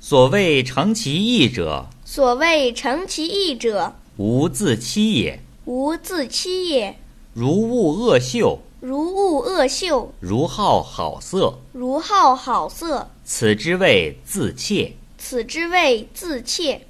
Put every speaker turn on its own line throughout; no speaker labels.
所谓诚其意者，
所谓诚其意者，
无自欺也。
无自欺也。
如恶恶秀，
如恶恶秀，
如好好色，
如好好色，
此之谓自窃。
此之谓自窃。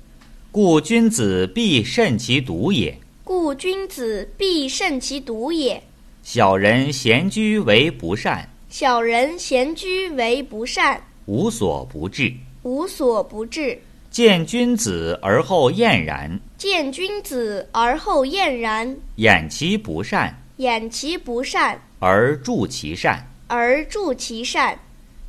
故君子必慎其独也，
故君子必慎其独也。
小人闲居为不善，
小人闲居为不善，
无所不至。
无所不至。
见君子而后厌然，
见君子而后厌然，
掩其不善
掩其不善
而助其善。
而助其善。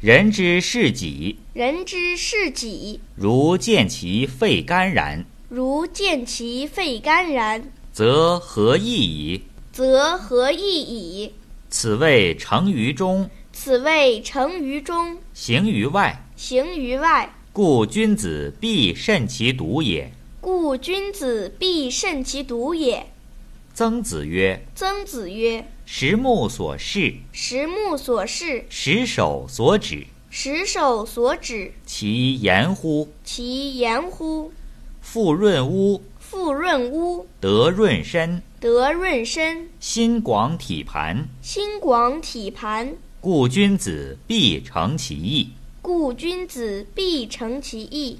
人之视己，
人之视己，
如见其肺肝然，
如见其肺肝然，
则何益矣？
则何益矣？
此谓成于中，
此谓成于中，
行于外。
行于外。
故君子必慎其独也。
故君子必慎其独也。
曾子曰
曾子曰：“
十目所视，
十目所视，
十手所指，
十手所指，
其言乎？
其言乎？
复润污，
富润屋，
德润身，
德润身，
心广体盘。
心广体盘。
故君子必诚其意。”
故君子必诚其意。